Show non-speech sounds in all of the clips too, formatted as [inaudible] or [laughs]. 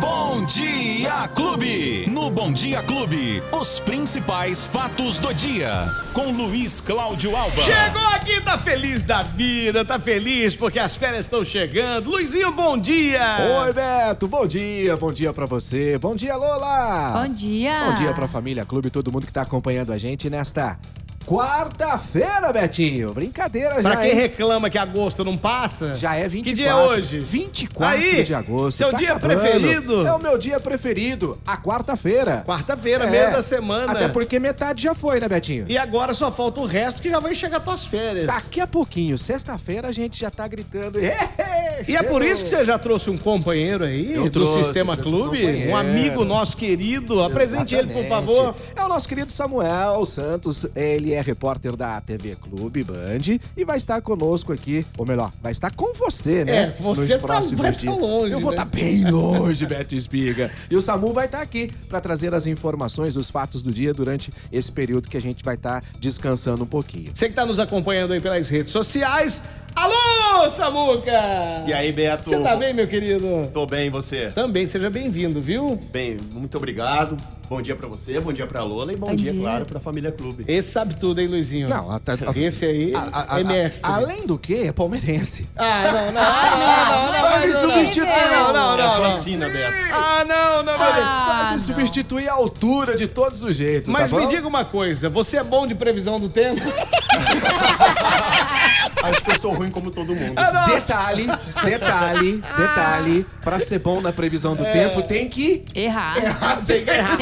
Bom Dia Clube. No Bom Dia Clube, os principais fatos do dia. Com Luiz Cláudio Alba. Chegou aqui, tá feliz da vida, tá feliz porque as férias estão chegando. Luizinho, bom dia. Ah. Oi, Beto, bom dia, bom dia pra você, bom dia, Lola. Bom dia. Ah. Bom dia pra família Clube, todo mundo que tá acompanhando a gente nesta quarta-feira, Betinho. Brincadeira já, Pra quem hein? reclama que agosto não passa, Já é 24. Que dia é hoje? 24 Aí, de agosto. tá seu dia preferido? É o meu dia preferido, a quarta-feira. quarta-feira, É, meio da semana. Até porque metade já foi, né, Betinho? E agora só falta o resto que já vai chegar tuas férias. Daqui a pouquinho, sexta-feira, a gente já tá gritando. "Ê, ê, E é por chegou!" isso que você já trouxe um companheiro aí Eu do trouxe, Sistema trouxe um Clube, um, companheiro. amigo nosso querido. Apresente ele, por Exatamente. favor. É o nosso querido Samuel Santos. Ele é repórter da TV Clube Band e vai estar conosco aqui, ou melhor, vai estar com você, né? É, você tá- vai tá longe, Eu vou né? estar bem longe, Beto Espiga. E o Samu vai estar aqui para trazer as informações, os fatos do dia durante esse período que a gente vai estar descansando um pouquinho. Você que tá nos acompanhando aí pelas redes sociais. Alô, Samuca! E aí, Beto? Você tá bem, meu querido? Tô bem, e você? Também, seja bem-vindo, viu? Bem, muito obrigado. Bom dia pra você, bom dia pra Lola e bom, Bom dia, dia. claro, pra família Clube. Esse sabe tudo, hein, Luizinho? Não, até- Esse aí A- a- a- Ah. é mestre. além do que, é palmeirense. Ah, não, não, não, não, não, Vai me não, não, não. substituir. Ah, não, não, é só não, tá não. assim, né, Beto? Ah, não, não, não. não. Ah, Vai não. substituir a altura de todos os jeitos. Mas tá me bom? diga uma coisa, você é bom de previsão do tempo? Acho que eu sou ruim como todo [laughs] mundo. Detalhe, detalhe, Ah. detalhe. Pra ser bom na previsão É. do tempo, tem que. Errar. Tem que [laughs] errar,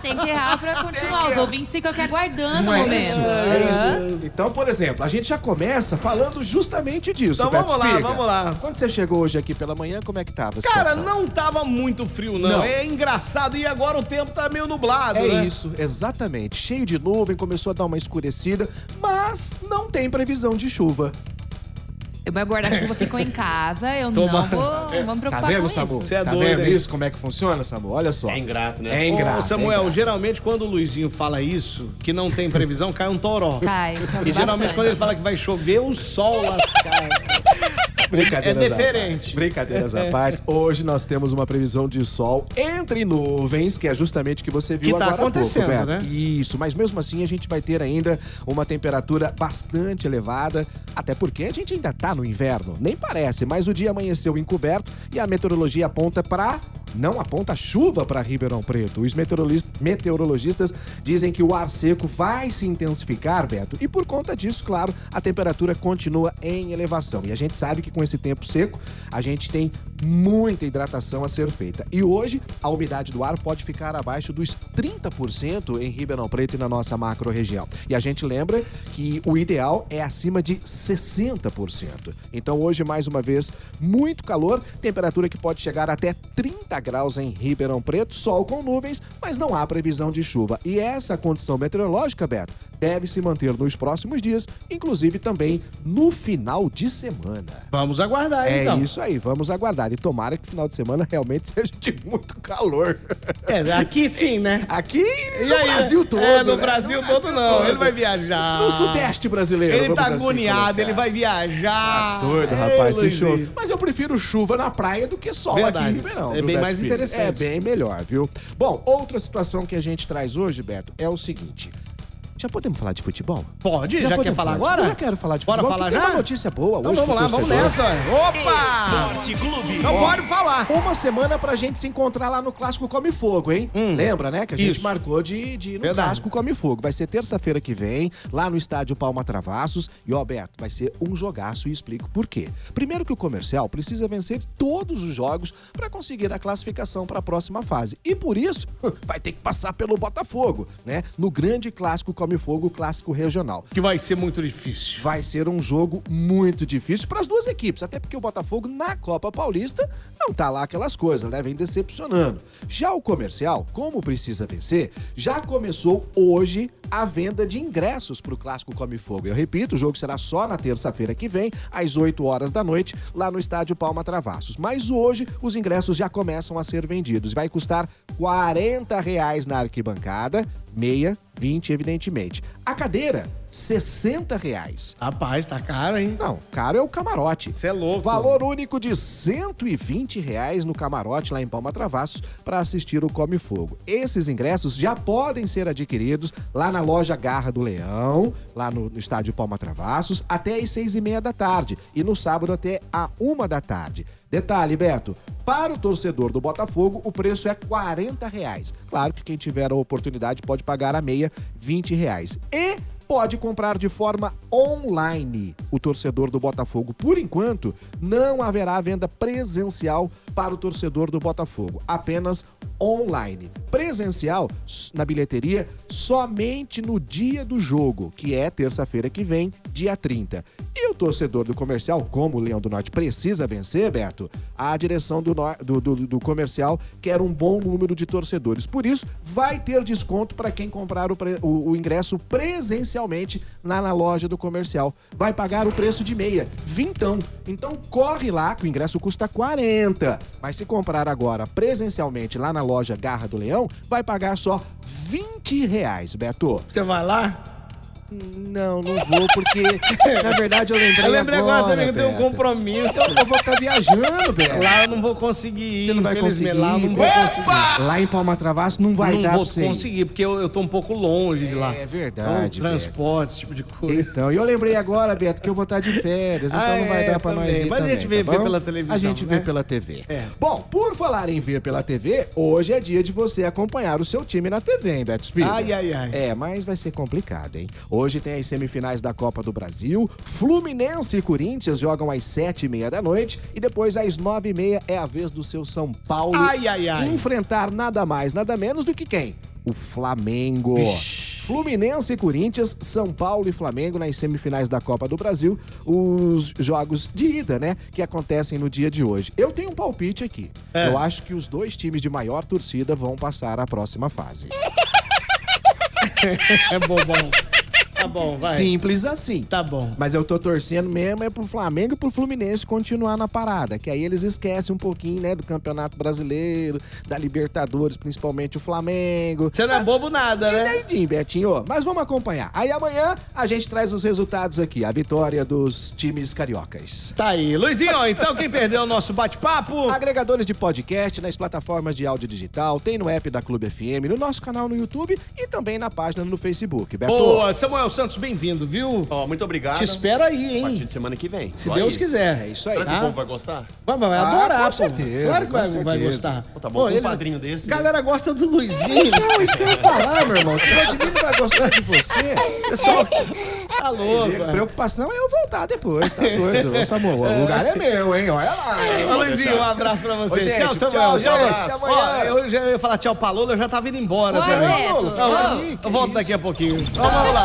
tem que errar pra continuar. Os ouvintes ficam aqui aguardando o É momento. isso, Aham. é isso. Então, por exemplo, a gente já começa falando justamente disso. Então Beto vamos lá, Espiga. vamos lá. Quando você chegou hoje aqui pela manhã, como é que tava? a Cara, situação? não tava muito frio, não. Não. É engraçado e agora o tempo tá meio nublado, É né? isso, exatamente. Cheio de nuvem, começou a dar uma escurecida, mas não tem previsão de chuva. O meu guarda-chuva ficou em casa, eu Toma. não vou, não vou me preocupar tá vendo, com Samu? isso. Cê é tá doido, vendo hein? isso? Como é que funciona, Samu? Olha só. É ingrato, né? É ingrato. Ô, Samuel, é ingrato. geralmente quando o Luizinho fala isso, que não tem previsão, cai um é toró. Cai, chove E geralmente Tá, bastante. quando ele fala que vai chover, o sol lascar. [laughs] Brincadeiras É à parte. diferente. Brincadeiras à parte. Hoje nós temos uma previsão de sol entre nuvens, que é justamente o que você viu Que tá agora acontecendo, há pouco, né? Beto. Isso, mas mesmo assim a gente vai ter ainda uma temperatura bastante elevada, até porque a gente ainda tá no inverno. Nem parece, mas o dia amanheceu encoberto e a meteorologia aponta pra. Não aponta chuva para Ribeirão Preto. Os meteorolis- meteorologistas dizem que o ar seco vai se intensificar, Beto, e por conta disso, claro, a temperatura continua em elevação. E a gente sabe que com esse tempo seco, a gente tem muita hidratação a ser feita. E hoje, a umidade do ar pode ficar abaixo dos 30% em Ribeirão Preto e na nossa macro-região. E a gente lembra que o ideal é acima de 60%. Então, hoje, mais uma vez, muito calor, temperatura que pode chegar até 30 graus em Ribeirão Preto, sol com nuvens, mas não há previsão de chuva. E essa condição meteorológica, Beto, deve se manter nos próximos dias, inclusive também no final de semana. Vamos aguardar, É então. isso aí, vamos aguardar. E tomara que o final de semana realmente [laughs] seja de muito calor. É, aqui sim, né? Aqui E no aí, Brasil todo. É, no né? Brasil No todo Brasil não. Ele todo. vai viajar. No sudeste brasileiro. Ele tá vamos assim agoniado, colocar. ele vai viajar. Tá Doido, Ei, rapaz, esse Luizinho. show. Mas eu prefiro chuva na praia do que sol Verdade. aqui em Ribeirão. É viu, bem Beto mais Filho? interessante. É bem melhor, viu? Bom, outra situação que a gente traz hoje, Beto, é o seguinte. Já podemos falar de futebol? Pode? Já, quer podemos falar de- agora? Eu já quero falar de Bora futebol. falar porque já? Tem uma notícia boa Então hoje. vamos pro lá, vamos torcedor. nessa. Opa! Sorte Clube. Então pode falar. Uma semana pra gente se encontrar lá no Clássico Come Fogo, hein? Lembra, né? Que a gente Hum. Isso. marcou de, de ir no Verdade. Clássico Come Fogo. Vai ser terça-feira que vem, lá no estádio Palma Travassos. E, ó, Beto, vai ser um jogaço e explico por quê. Primeiro que o comercial precisa vencer todos os jogos pra conseguir a classificação pra próxima fase. E por isso, [laughs] vai ter que passar pelo Botafogo, né? No grande Clássico Come Fogo, Clássico Regional. Que vai ser muito difícil. Vai ser um jogo muito difícil para as duas equipes, até porque o Botafogo na Copa Paulista não tá lá aquelas coisas, né? Vem decepcionando. Já o comercial, como precisa vencer, já começou hoje a venda de ingressos para o Clássico Come Fogo. Eu repito, o jogo será só na terça-feira que vem, às 8 horas da noite, lá no estádio Palma Travassos. Mas hoje os ingressos já começam a ser vendidos. Vai custar R$ 40 reais na arquibancada, meia, 20, evidentemente. A cadeira 60 reais. Rapaz, tá caro, hein? Não, caro é o camarote. Você é louco. Valor único de 120 reais no camarote lá em Palma Travassos para assistir o Come Fogo. Esses ingressos já podem ser adquiridos lá na loja Garra do Leão, lá no, no estádio Palma Travassos, até às seis e meia da tarde e no sábado até a uma da tarde. Detalhe, Beto, para o torcedor do Botafogo, o preço é 40 reais. Claro que quem tiver a oportunidade pode pagar a meia 20 reais. E pode comprar de forma online. O torcedor do Botafogo, por enquanto, não haverá venda presencial para o torcedor do Botafogo, apenas online. Presencial s- na bilheteria somente no dia do jogo, que é terça-feira que vem, dia 30. E o torcedor do comercial, como o Leão do Norte precisa vencer, Beto, a direção do, Nor- do, do- do comercial quer um bom número de torcedores. Por isso, vai ter desconto para quem comprar o, pre- o- o ingresso presencialmente lá na loja do comercial. Vai pagar o preço de meia, vintão. Então corre lá, que o ingresso custa 40. Mas se comprar agora presencialmente lá na loja Garra do Leão, vai pagar só 20 reais, Beto. Você vai lá? Não, não vou, porque [laughs] na verdade eu lembrei Eu lembrei agora, também que eu tenho Beto. um compromisso. Eu vou estar viajando, Beto. Lá eu não vou conseguir ir, Você não vai infelizmente. conseguir. Lá eu não vou Beto. conseguir. Lá em Palma Travasso não vai não dar vou pra você ir. conseguir, porque eu, eu tô um pouco longe de lá. É verdade, Então, transporte, esse tipo de coisa. Então, e eu lembrei agora, Beto, que eu vou estar de férias, então Ah, não vai é, dar pra também. nós ir Mas a também, gente vê- tá vê bom? pela televisão, A gente né? vê pela TV. É. Bom, por falar em ver pela TV, hoje é dia de você acompanhar o seu time na TV, hein, Beto Spiegel? Ai, ai, ai. É, mas vai ser complicado, hein? Hoje tem as semifinais da Copa do Brasil, Fluminense e Corinthians jogam às sete e meia da noite e depois às nove e meia é a vez do seu São Paulo Ai, ai, ai. enfrentar nada mais, nada menos do que quem? O Flamengo. Fluminense e Corinthians, São Paulo e Flamengo nas semifinais da Copa do Brasil, os jogos de ida, né, que acontecem no dia de hoje. Eu tenho um palpite aqui. É. Eu acho que os dois times de maior torcida vão passar à próxima fase. É bobão. Tá bom, vai. Simples assim. Tá bom. Mas eu tô torcendo mesmo é pro Flamengo e pro Fluminense continuar na parada, que aí eles esquecem um pouquinho, né, do Campeonato Brasileiro, da Libertadores, principalmente o Flamengo. Você não é bobo nada, De né? dedinho, Betinho. Mas vamos acompanhar. Aí amanhã a gente traz os resultados aqui, a vitória dos times cariocas. Tá aí. Luizinho, então quem perdeu o nosso bate-papo? Agregadores de podcast, nas plataformas de áudio digital, tem no app da Clube FM, no nosso canal no YouTube e também na página no Facebook. Beto, Boa, Samuel Santos, bem-vindo, viu? Ó, muito obrigado. Te espero aí, A partir hein? de semana que vem. Se Tô Deus aí. quiser. é isso aí. Será que tá? o povo vai gostar? Vai, vai, vai Ah, adorar, com pô. certeza, Claro que com vai, vai certeza. gostar. Então tá bom, com um padrinho desse, né? Galera gosta do [laughs] Luizinho. Não, isso que eu ia falar, meu irmão. Se o Edmilson vai gostar de você, Pessoal, tá louco. a velho. preocupação é eu voltar depois, tá doido? Ô, Samuel, o lugar é meu, hein? Olha lá. hein? Ô, Luizinho, um abraço pra você. Ô, gente, tchau, Samuel. tchau, Tchau, gente. abraço. Até amanhã. Ó, eu já ia falar tchau pra Lola, eu já tava indo embora Ué, também. Beto, Lola, tchau, ô. Lola. Eu volto daqui a pouquinho. Ó, vamos lá.